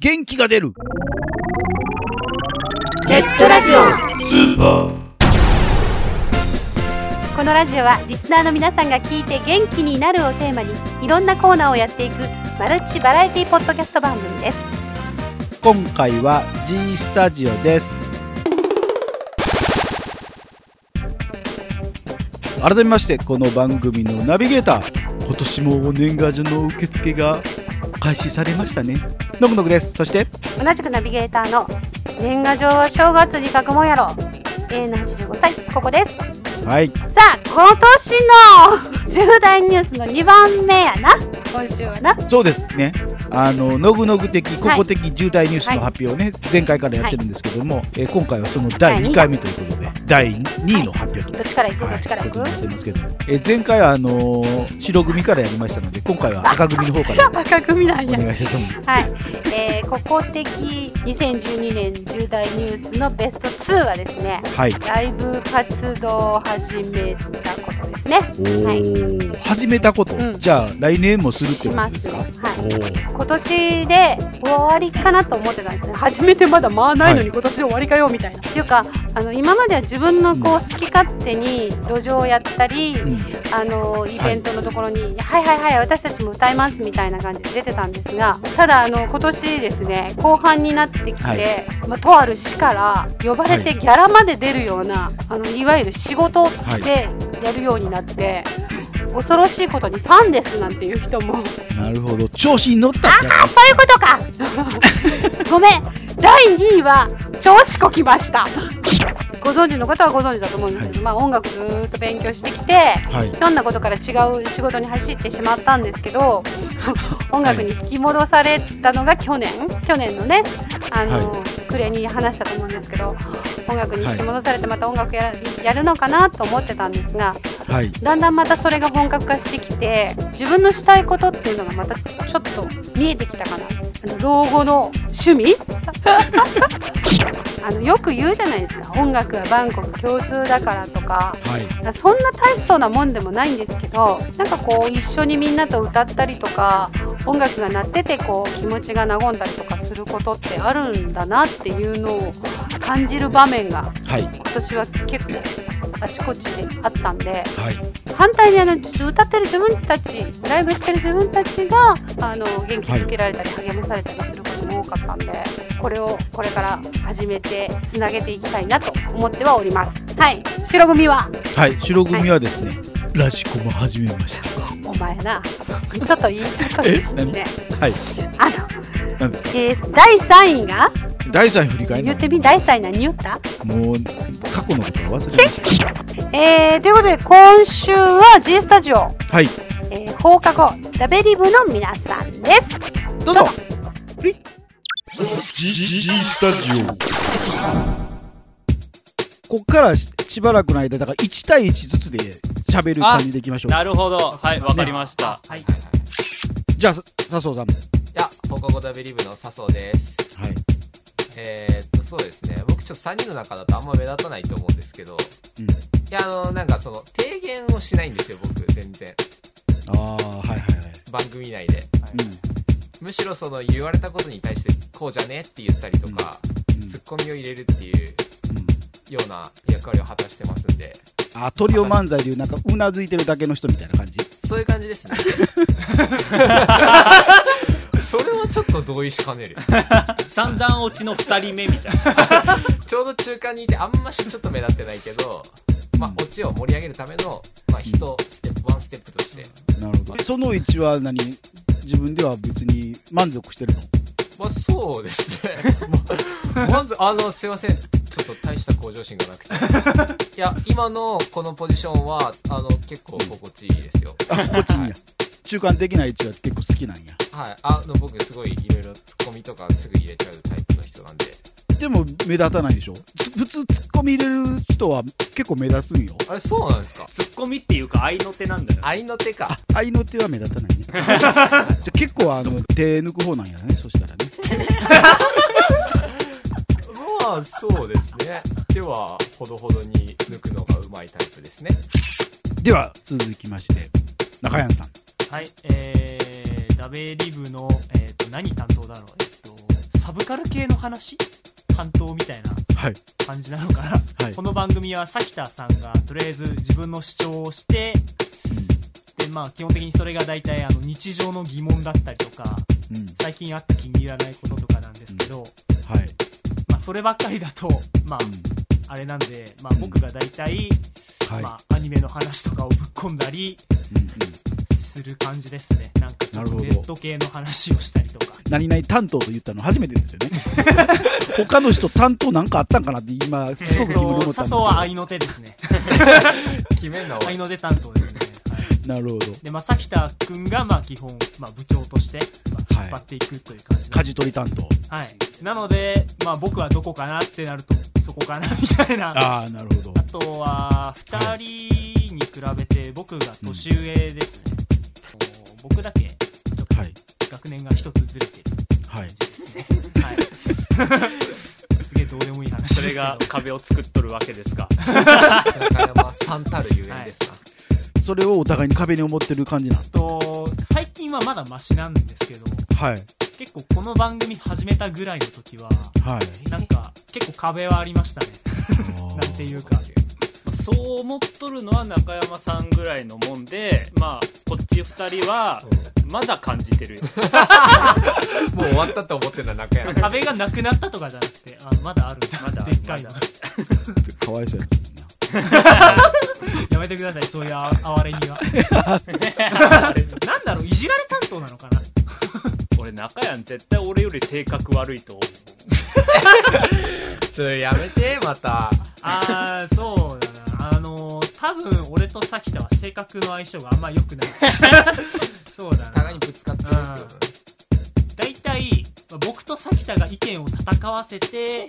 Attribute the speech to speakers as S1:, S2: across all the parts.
S1: 元気が出る
S2: ネットラジオこのラジオはリスナーの皆さんが聞いて元気になるをテーマにいろんなコーナーをやっていくマルチバラエティポッドキャスト番組です
S1: 今回は G スタジオです改めましてこの番組のナビゲーター今年も年賀状の受付が開始されましたねのくのくですそして
S2: 同じくナビゲーターの年賀状は正月に書くもんやろ永遠の85歳ここです
S1: はい
S2: さあ今年の重大ニュースの2番目やな今週はな
S1: そうですねあののぐのぐ的個々的重大ニュースの発表をね、前回からやってるんですけども、えー今回はその第2回目ということで第2位の発表と
S2: どっちから行く、
S1: は
S2: どっちから行
S1: い、
S2: く、
S1: やってますけど、えー前回はあのー白組からやりましたので、今回は赤組の方から
S2: 赤組なん
S1: お
S2: や
S1: 願いしたいと思います。
S2: はい、えー、ここ的2012年重大ニュースのベスト2はですね
S1: はい。
S2: ライブ活動を始めたことですね
S1: おー
S2: は
S1: 始めたこと、
S2: うん
S1: じゃあ来年もするってことですか。
S2: します
S1: おー
S2: 今年で終わりかなと思ってたんですね初めてまだ回らないのに今年で終わりかよみたいな、っていうかあの今までは自分のこう好き勝手に路上をやったり、
S1: うん
S2: あのイベントのところに、はい、はいはい私たちも歌いますみたいな感じで出てたんですがただあの今年ですね後半になってきて、
S1: はい
S2: まあ、とある市から呼ばれてギャラまで出るような、い、あのいわゆる仕事
S1: い
S2: でやるようになって、恐ろしいことにファンですなんていう人も
S1: なるほど。調子に乗ったってやつです
S2: そういうことかごめん第2位は調子こきましたご存知の方はご存知だと思うんですけど、まあ音楽ずーっと勉強してきて
S1: はい。
S2: ひょんなことから違う仕事に走ってしまったんですけど音楽に引き戻されたのが去年去年のねあの、暮れに話したと思うんですけど音楽に引き戻されてまた音楽やらやるのかなと思ってたんですが
S1: はい。
S2: だんだんまたそれが本格化してきて自分のしたいことっていうのがまたちょっと見えてきたかなあの老後の趣味 あのよく言うじゃないですか音楽は万国共通だからとか
S1: はい。
S2: そんな大層なもんでもないんですけどなんかこう一緒にみんなと歌ったりとか音楽が鳴っててこう気持ちが和んだりとかすることってあるんだなっていうのを感じる場面が
S1: はい。
S2: 今年は結構あちこちであったんで
S1: はい。
S2: 反対にあの歌ってる自分たちライブしてる自分たちがあの元気づけられたり励まされたりすることも多かったんで、これをこれから始めてつなげていきたいなと思ってはおりますはい白組は
S1: はい。白組はですね、ラジコも始めまし
S2: お前 なちょっと言いちゃっ
S1: え
S2: た
S1: 何
S2: ね
S1: た。はい。
S2: あの、
S1: なんですか。
S2: えー第3位が
S1: 第3振り返
S2: 言
S1: る
S2: ってみ第3位何言った
S1: もう過去のことは忘れました。
S2: えー、ということで今週は G スタジオ、
S1: はい。
S2: えー放課後ダベリブの皆さんです
S1: どうぞ。
S3: G, G, G Stadio.
S1: こっからししばらくの間だから1対1ずつで喋る感じでいきましょう
S4: なるほど。はい、わかりました。
S5: はい。い
S1: じゃあさ笹生さんも
S5: や、放課後ダベリブの笹生です。
S1: はい
S5: えー、っと、そうですね。僕ちょっと3人の中だとあんま目立たないと思うんですけど、
S1: うん
S5: いや、あの、なんかその、提言をしないんですよ、僕、全然。
S1: ああはいはいはい
S5: 番組内で。むしろその、言われたことに対して、こうじゃねって言ったりとか、
S1: うん、うん
S5: ツッコミを入れるっていう
S1: うん、
S5: ような役割を果たしてますんで、
S1: あトリオ漫才でいうなんかうなずいてるだけの人みたいな感じ
S5: そういう感じ ですね。それはちょっと同意しかねる。
S4: 三段落ちの二人目みたい
S5: ちょうど中間にいてあんましちょっと目立ってないけど、まあ、オチを盛り上げるための、まあ、人ステップワンステップとして、
S1: なるほどその1は何自分では別に満足してるの
S5: まあ、そうです ねままずあのすいませんちょっと大した向上心がなくて いや今のこのポジションはあの結構心地いいですよ
S1: あこっちにや中間的な位置は結構好きなんや
S5: はいあの僕すごいいろいろツッコミとかすぐ入れちゃうタイプの人なんで
S1: でも目立たないでしょつ普通ツッコミ入れる人は結構目立つんよ
S5: あれそうなんですか
S4: な。ツッコミっていうか、愛の手なんだよ。
S5: 愛の手か
S1: 愛の手は目立たないねじゃあ結構あの手抜く方なんやねそしたらね
S5: まあそうですねではほどほどに抜くのがうまいタイプです ね
S1: では続きまして中山さん
S6: はい、えー、ダベリブの、えー、と何担当だろう、えっと、
S3: サブカル系の話担当みたいな
S1: はい
S3: 感じなのかな、
S1: はい
S3: この番組はさきたさんがとりあえず自分の主張をしてでまあ基本的にそれが大体あの日常の疑問だったりとか
S1: うん、うん、
S3: 最近あった気に入らないこととかなんですけど、
S1: はい、
S3: まあ、そればっかりだとまあ、あれなんで、まあ、僕が大体、
S1: うん、はい、
S3: まあ、アニメの話とかをぶっ込んだり
S1: うんうん、
S3: する感じですねなんかちょっと
S1: なるほど
S3: ネット系の話をしたりとか
S1: 何々担当と言ったの初めてですよね他の人担当なんかあったんかなって今すごく疑問に思ったんです
S3: 笹
S1: け
S3: 生
S1: ど、
S3: は愛の手ですね
S5: 決めんなお
S3: 愛
S5: い
S3: の手担当ですね、はい
S1: なるほど
S3: で、まあ、崎田君が、まあ、基本、まあ、部長として、まあ、
S1: はい
S3: 引っ張っていくという感じで、
S1: 舵取り担当
S3: はい。なので、まあ、僕はどこかなってなると、そこかな、みたいな。あ
S1: ああなるほど
S3: とは、二人に比べて、僕が年上ですね。こう僕だけ、ちょっと
S1: はい
S3: 学年が一つずれてる
S1: はい
S3: 感じですね。はい。すげえどうでもいい話です
S4: そ
S3: けど。
S4: れが壁を作っとるわけですか。
S5: 中山さんたるゆえんですな、
S1: それをお互いに壁に思ってる感じなん
S3: と、最近はまだマシなんですけど、
S1: はい
S3: 結構この番組始めたぐらいの時は、
S1: はい
S3: なんか、結構壁はありましたね。なんていうか。
S4: まあそう思っとるのは中山さんぐらいのもんで、まあ、こっち二人は、まだ感じてるよ。
S5: もう終わったと思ってんだ中 山
S3: 壁がなくなったとかじゃなくて、あまだあるんだ。
S4: まだある
S3: でっかいな
S4: ま。
S1: かわいそうやつな
S3: やめてください、そういうあ哀れ みは。なんだろう、いじられ担当なのか な。
S4: 俺、中山絶対俺より性格悪いと思
S5: ちょっとやめてまた
S3: あー、そうだな。あのー、多分俺とさきたは性格の相性があんま良く ない。そうだな。
S5: 互いにぶつかってるんですけどね
S3: 大体、まあ僕とさきたが意見を戦わ せて、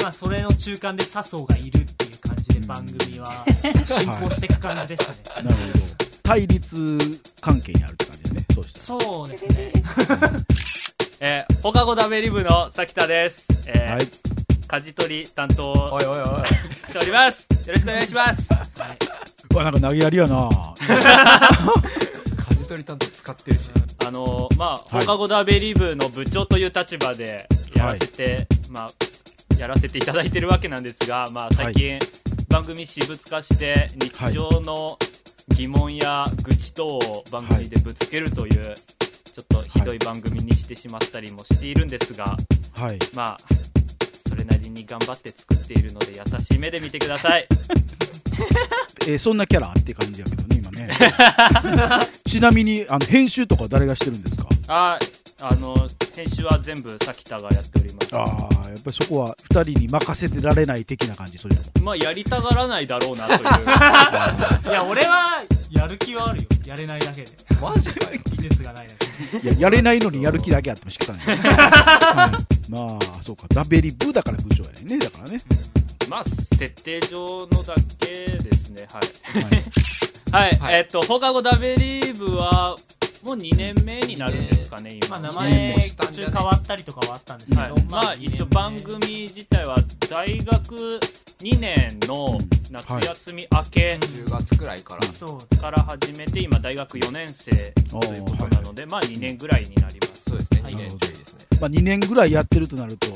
S3: まあ、それの中間で笹生がいるっていう感じで番組は進行していく感じですね。
S1: な るほど対立関係にあるって感じだねそうした
S3: そうですね。
S4: う。えー、放課後ダメリブの崎田です。え
S1: ら
S4: ー、
S1: はい
S4: 舵取り担当を
S5: おいおいおいおい
S4: しております。よろしくお願いします。
S1: うわなんか投げやりやな
S5: 舵取り担当使ってるし
S4: あのーまあ、
S1: はい
S4: 放課後ダベリブの部長という立場でやらせて、まあ、やらせていただいてるわけなんですが、まあ、最近、番組私物化して日常の疑問や愚痴等を番組でぶつけるという、ちょっとひどい番組にしてしまったりもしているんですが、
S1: はい
S4: まあそれなりに頑張って作っているので優しい目で見てください
S1: えーそんなキャラって感じやけどね今ねちなみにあの編集とか誰がしてるんですか
S4: ああの編集は全部咲田がやっております
S1: ああやっぱりそこは2人に任せてられない的な感じそれとも
S4: まあやりたがらないだろうなという
S3: いや、俺はやる気はあるよ。やれないだけで。
S5: マジかよ
S3: 技術がないだけで。
S1: いややれないのにやる気だけあっても仕方ない、うんまあそうかダベリブだから部長やねだからね、
S4: まあ設定上のだけですねは
S1: は
S4: い
S1: い
S4: はい、
S5: はい
S4: えっと、放課後ダベリーブは、もう2年目になるんですかね、今。
S3: まあ、
S4: は
S3: 名
S4: い
S3: 前途中変わったりとかはあったんですけど、
S4: まあ、一応番組自体は、大学2年の夏休み明け
S5: 10月くらいから
S3: そう
S4: から始めて、今、大学4年生ということなので、まあ、2年ぐらいになります。
S5: そうですね
S3: はい
S5: 2年ちょいですね
S1: まあ、2年ぐらいやってるとなると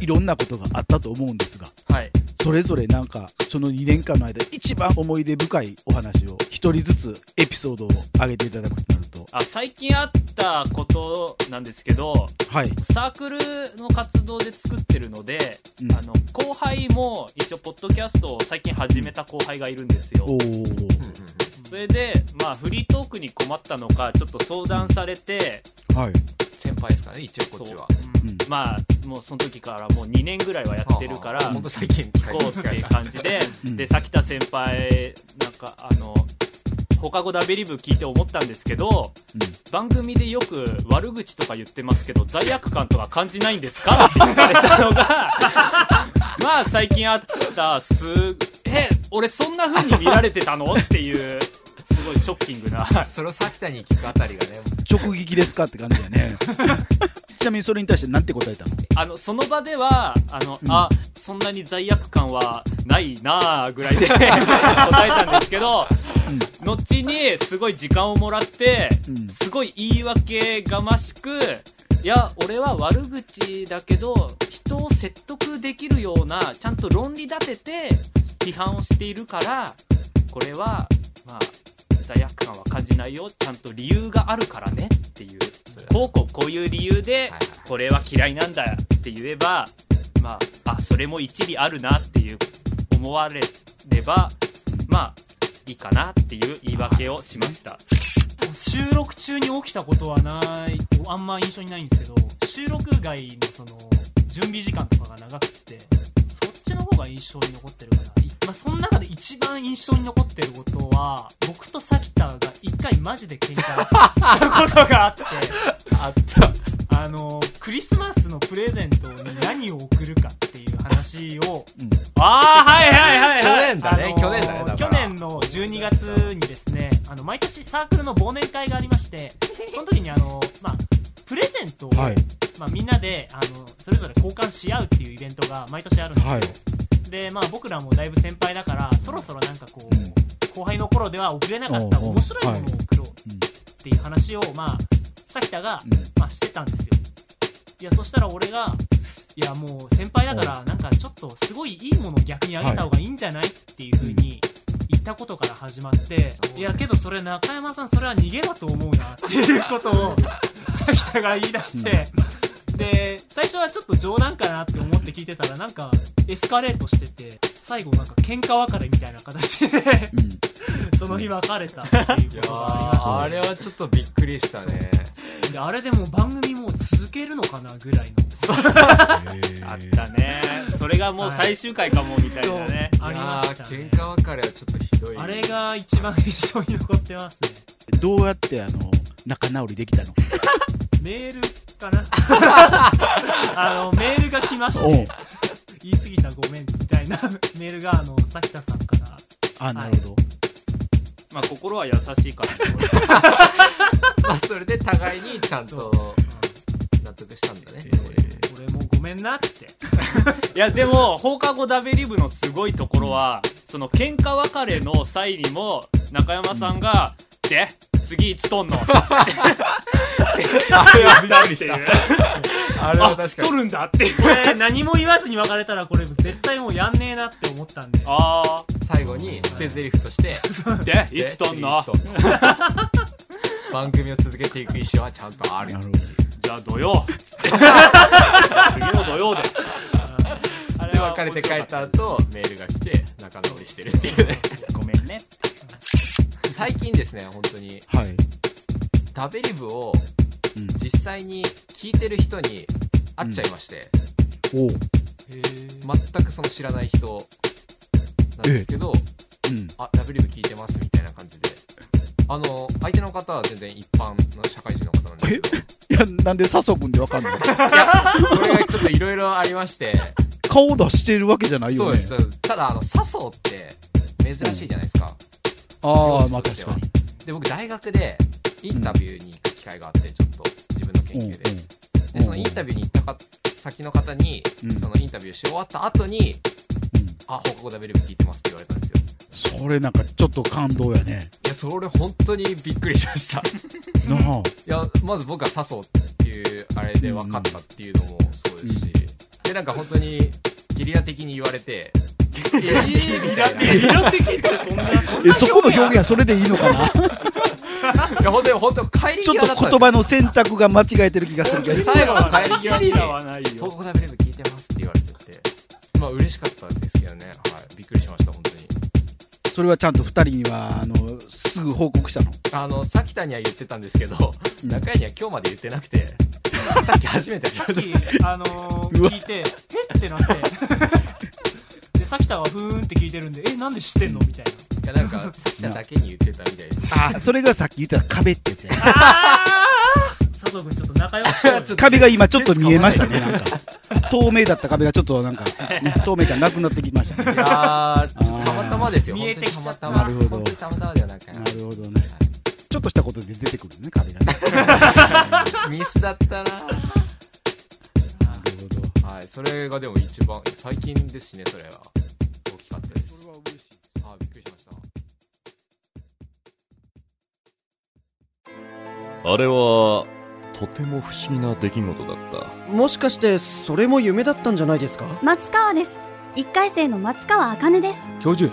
S1: いろんなことがあったと思うんですが
S4: はい。
S1: それぞれなんかその2年間の間一番思い出深いお話を1人ずつエピソードを上げていただくとなると
S4: あ、最近あったことなんですけど、
S1: はい
S4: サークルの活動で作ってるので、
S1: うん
S4: あの、後輩も、一応、ポッドキャストを最近始めた後輩がいるんですよ。
S1: おお
S5: うんうんうん
S4: それで、まあ、フリートークに困ったのか、ちょっと相談されて、
S1: はい、
S5: 先輩ですからね一応こっちは
S1: うん
S4: まあ、もうその時からもう2年ぐらいはやってるから、
S5: 本
S4: 聞
S5: 当最近聞
S4: こうっていう感じで、
S1: うん
S4: で、咲田先輩、なんか、あの、放課後ダベリブ聞いて思ったんですけど、
S1: う
S4: 番組でよく悪口とか言ってますけど、罪悪感とか感じないんですかって言われたのが、まあ最近あった、す、え、俺そんな風に見られてたのっていう、すごいショッキングな。
S5: それをさきたに聞くあたりがね
S1: ん、直撃ですかって感じだよ ねちなみにそれに対して何て答えたの
S4: あのその場ではあの、
S1: うん
S4: あそんなに罪悪感はないなあぐらいで 答えたんですけど、後にすごい時間をもらって、
S1: うん
S4: すごい言い訳がましくいや俺は悪口だけど人を説得できるようなちゃんと論理立てて批判をしているからこれはまあ罪悪感は感じないよちゃんと理由があるからねっていうこうこうこういう理由でこれは嫌いなんだって言えばまああそれも一理あるなっていう思われればまあいいかなっていう言い訳をしま した
S3: 収録中に起きたことはないあんま印象にないんですけど収録外のその準備時間とかが長くてそっちの方が印象に残ってるかな、まあ、その中で一番印象に残ってることは僕とサキタが一回マジで喧嘩したことが あって
S5: あった
S3: あのクリスマスのプレゼントに何を贈るかっていう話を、
S4: うん、ああはいはいはい、
S5: はい、去年だね、去年だねだ
S3: 去年の12月にですねあの毎年サークルの忘年会がありましてその時にあの、まあ、プレゼントを、はい、まあ、みんなであのそれぞれ交換し合うっていうイベントが毎年あるんですけど、はい、でまあ、僕らもだいぶ先輩だからそろそろなんかこう、うん、後輩の頃では送れなかった面白いものを送ろうっていう話を、まあ咲田が、うん、まあ、してたんですよいやそしたら俺がいやもう先輩だからなんかちょっとすごいいいものを逆にあげた方がいいんじゃない、はい、っていう風に言ったことから始まって、うん、いやけどそれ中山さんそれは逃げだと思うなっていうこと を咲田が言い出して、うん、で最初はちょっと冗談かなって思って聞いてたらなんかエスカレートしてて最後なんか喧嘩別れみたいな形で その日別れたっていうことがありました、
S5: あれはちょっとびっくりしたね
S3: であれでも番組もう続けるのかなぐらいの
S4: あったねそれがもう最終回かもみたいなね、
S3: はい、ありました、
S5: 喧
S3: ね、
S5: 嘩別れはちょっとひどい、ね、
S3: あれが一番印象に残ってますね
S1: どうやってあの仲直りできたの
S3: メールかな あのメールが来まして言い過ぎたごめんみたいな メールがあの咲田さんから
S1: あなるほど、はい、
S4: まあ心は優しいから
S5: まあそれで互いにちゃんと納得したんだね、え
S3: ー、俺もごめんなって
S4: いやでも放課後ダベリブのすごいところはその喧嘩別れの際にも中山さんが「で次いつとん の? 」
S5: あれはびっくりした。あれは確かに。
S4: 取るんだって。
S3: これ何も言わずに別れたらこれ絶対もうやんねえなって思ったんで。
S4: ああ。
S5: 最後に捨て台詞として、
S4: で、いつ取んの
S5: 番組を続けていく意思はちゃんとある。
S4: じゃあ土曜次の土曜で。
S5: で別れて帰った後メールが来て仲直りしてるっていうね。
S4: ごめんね。
S5: 最近ですね、本当に。
S1: はい。
S5: ダベリブを実際に聞いてる人に会っちゃいまして、
S1: うん、
S5: 全くその知らない人なんですけど「うん、あ W 聞いてます」みたいな感じであの相手の方は全然一般の社会人の方なんです
S1: けどいやなんで笹君でわかんないい
S5: やこれがちょっといろいろありまして
S1: 顔出してるわけじゃないよね
S5: そうですただあの笹生って珍しいじゃないですか、
S1: うん、ああまあ確かに
S5: で僕大学でインタビューに行く機会があってちょっと自分の研究で,うんうん、でそのインタビューに行ったか先の方に、うん、そのインタビューし終わった後に「あ放課後 WB 聞いてます」って言われたんです
S1: よそれなんかちょっと感動やね
S5: いやそれ本当にびっくりしました
S1: no.
S5: いやまず僕は笹生っていうあれで分かったっていうのもそうですし、でなんか本当にゲリラ的に言われて
S4: ゲリラ的ゲリラ的ってそんなそんな
S1: そこの表現はそれ でいいのかな
S5: いや本当に本当帰り
S1: ちょっと言葉の選択が間違えてる気がするけど
S5: 最後の帰り際に「東北ダブル聞いてます」って言われててまあ嬉しかったんですけどね、はい、びっくりしました本当に
S1: それはちゃんと2人にはあのすぐ報告したの
S5: あのさきたには言ってたんですけど、うん、中井には今日まで言ってなくてさっき初めて
S3: さっきあのー、聞いて「えっ?」てなってでさきたはふーんって聞いてるんで「えなんで知ってんの?」みたいな。
S5: やなんかさきただけに言ってたみたいです
S1: あそれがさっき言った壁ってやつや
S3: 佐藤君ちょっと仲良く
S1: 壁が今ちょっと見えましたねなんか透明だった壁がちょっとなんか、 ね、透明感なくなってきましたね
S5: いやちょっとたまたまですよ
S3: 見えてきちゃった
S1: なるほど
S5: たまたまではなんか
S1: なるほどね、はい、ちょっとしたことで出てくるね壁がね
S5: ミスだったななるほどはいそれがでも一番最近ですしねそれは大きかったですあびっくりしました
S6: あれはとても不思議な出来事だった
S7: もしかしてそれも夢だったんじゃないですか
S8: 松川です1回生の松川茜です
S9: 教授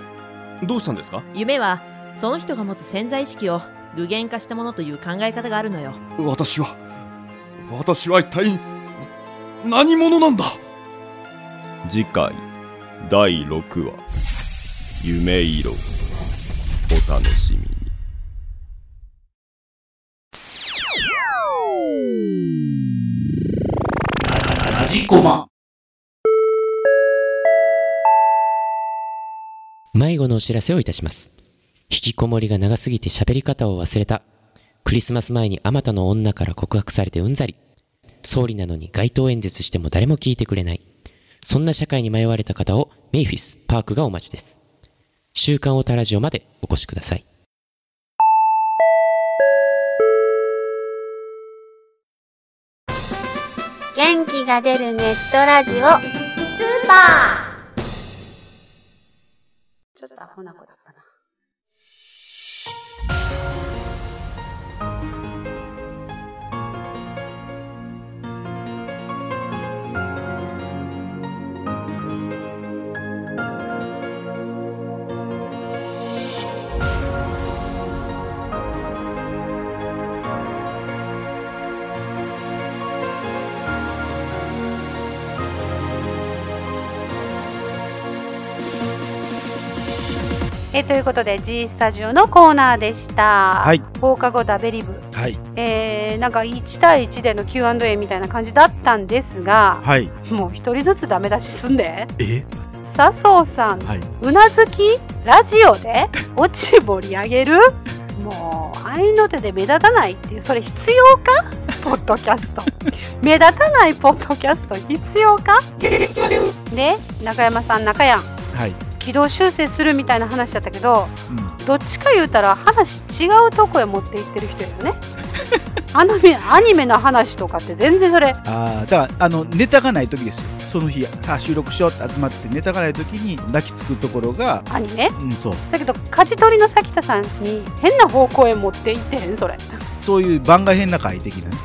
S9: どうしたんですか
S10: 夢はその人が持つ潜在意識を具現化したものという考え方があるのよ
S9: 私は私は一体何者なんだ
S6: 次回第6話「夢色」お楽しみに
S11: ラジコマ
S12: 迷子のお知らせをいたします引きこもりが長すぎて喋り方を忘れたクリスマス前にあまたの女から告白されてうんざり総理なのに街頭演説しても誰も聞いてくれないそんな社会に迷われた方をメイフィスパークがお待ちです週刊オタラジオまでお越しください
S13: 元気が出るネットラジオスーパ
S2: ーちょっとアホな子だったなえということで G スタジオのコーナーでした、はい、放課後ダベリブ、はいえー、なんか1対1での Q&A みたいな感じだったんですが、はい、もう1人ずつダメ出しすんでえ笹生さん、はい、うなずきラジオで落ちぼり上げるもう愛の手で目立たないっていうそれ必要かポッドキャスト目立たないポッドキャスト必要かで中山さん中山、はい、軌道修正するみたいな話だったけど、うん、どっちか言うたら話違うとこへ持っていってる人やよねアニメアニメの話とかって全然それ
S1: あだからあのネタがない時ですよその日さあ収録しようって集まってネタがない時に泣きつくところが
S2: アニメ、
S1: うん、そう
S2: だけど舵取りの咲田さんに変な方向へ持っていってへんそれ
S1: そういう番外編な回的な、ね、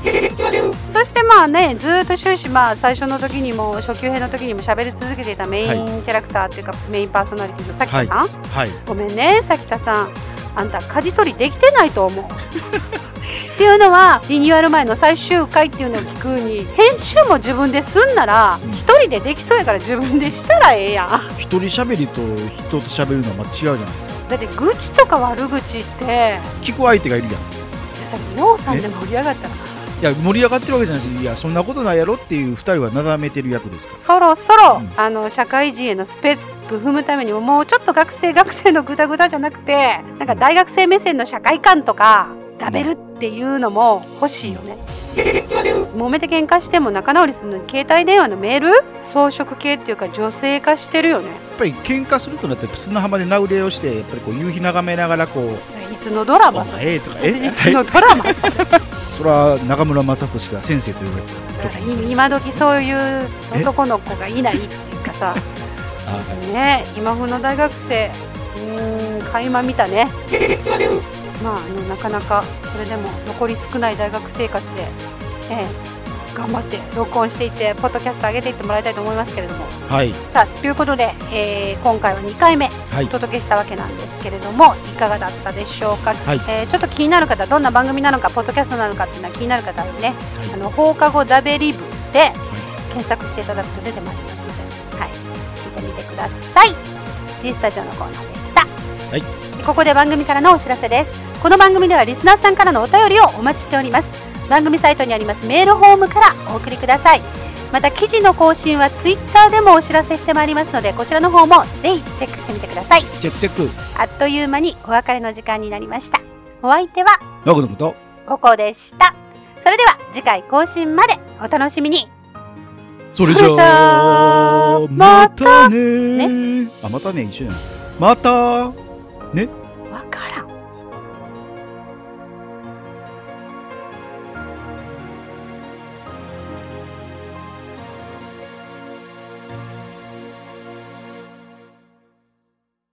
S2: そしてまあねずっと終始まあ最初の時にも初級編の時にも喋り続けていたメインキャラクターっていうか、はい、メインパーソナリティの咲田さん、はいはい、ごめんね咲田さんあんた舵取りできてないと思う っていうのはリニューアル前の最終回っていうのを聞くに編集も自分ですんなら一人でできそうやから自分でしたらええやん
S1: 一人喋りと人と喋るのはま違うじゃないですか
S2: だって愚痴とか悪口って
S1: 聞く相手がいるやんさ
S2: っきようさんで盛り上がったら
S1: いや盛り上がってるわけじゃないしいやそんなことないやろっていう2人はなだめてる役ですから
S2: そろそろ、うん、あの社会人へのスペック踏むためにももうちょっと学生学生のぐだぐだじゃなくてなんか大学生目線の社会観とか食べるっていうのも欲しいよね揉めて喧嘩しても仲直りするのに携帯電話のメール装飾系っていうか女性化してるよねや
S1: っぱり喧嘩するとなって砂浜で名売れをしてやっぱりこう夕日眺めながらこう
S2: いつのドラマ
S1: ええとかえ
S2: いつのドラマ
S1: それは中村雅俊が先生と言われ
S2: てる今時そういう男の子がいないっていうか さね今風の大学生うん垣間見たねまあ、あのなかなかそれでも残り少ない大学生活で、ええ、頑張って録音していってポッドキャスト上げていってもらいたいと思いますけれども。
S1: はい、
S2: さあということで、えー、今回は2回目お届けしたわけなんですけれども、はい、いかがだったでしょうか、はい、えー、ちょっと気になる方どんな番組なのかポッドキャストなのかっていうのは気になる方はね、はい、あの放課後ダベリブで検索していただくと出てますので、はい、聞いてみてください。G スタジオのコーナーでした。はいここで番組からのお知らせですこの番組ではリスナーさんからのお便りをお待ちしております番組サイトにありますメールホームからお送りくださいまた記事の更新はツイッターでもお知らせしてまいりますのでこちらの方もぜひチェックしてみてください
S1: チェックチェック
S2: あっという間にお別れの時間になりましたお相手は
S1: ノグノグと
S2: ココでしたそれでは次回更新までお楽しみに
S1: それじゃあまたね、ね、あまたね一緒じゃないまたね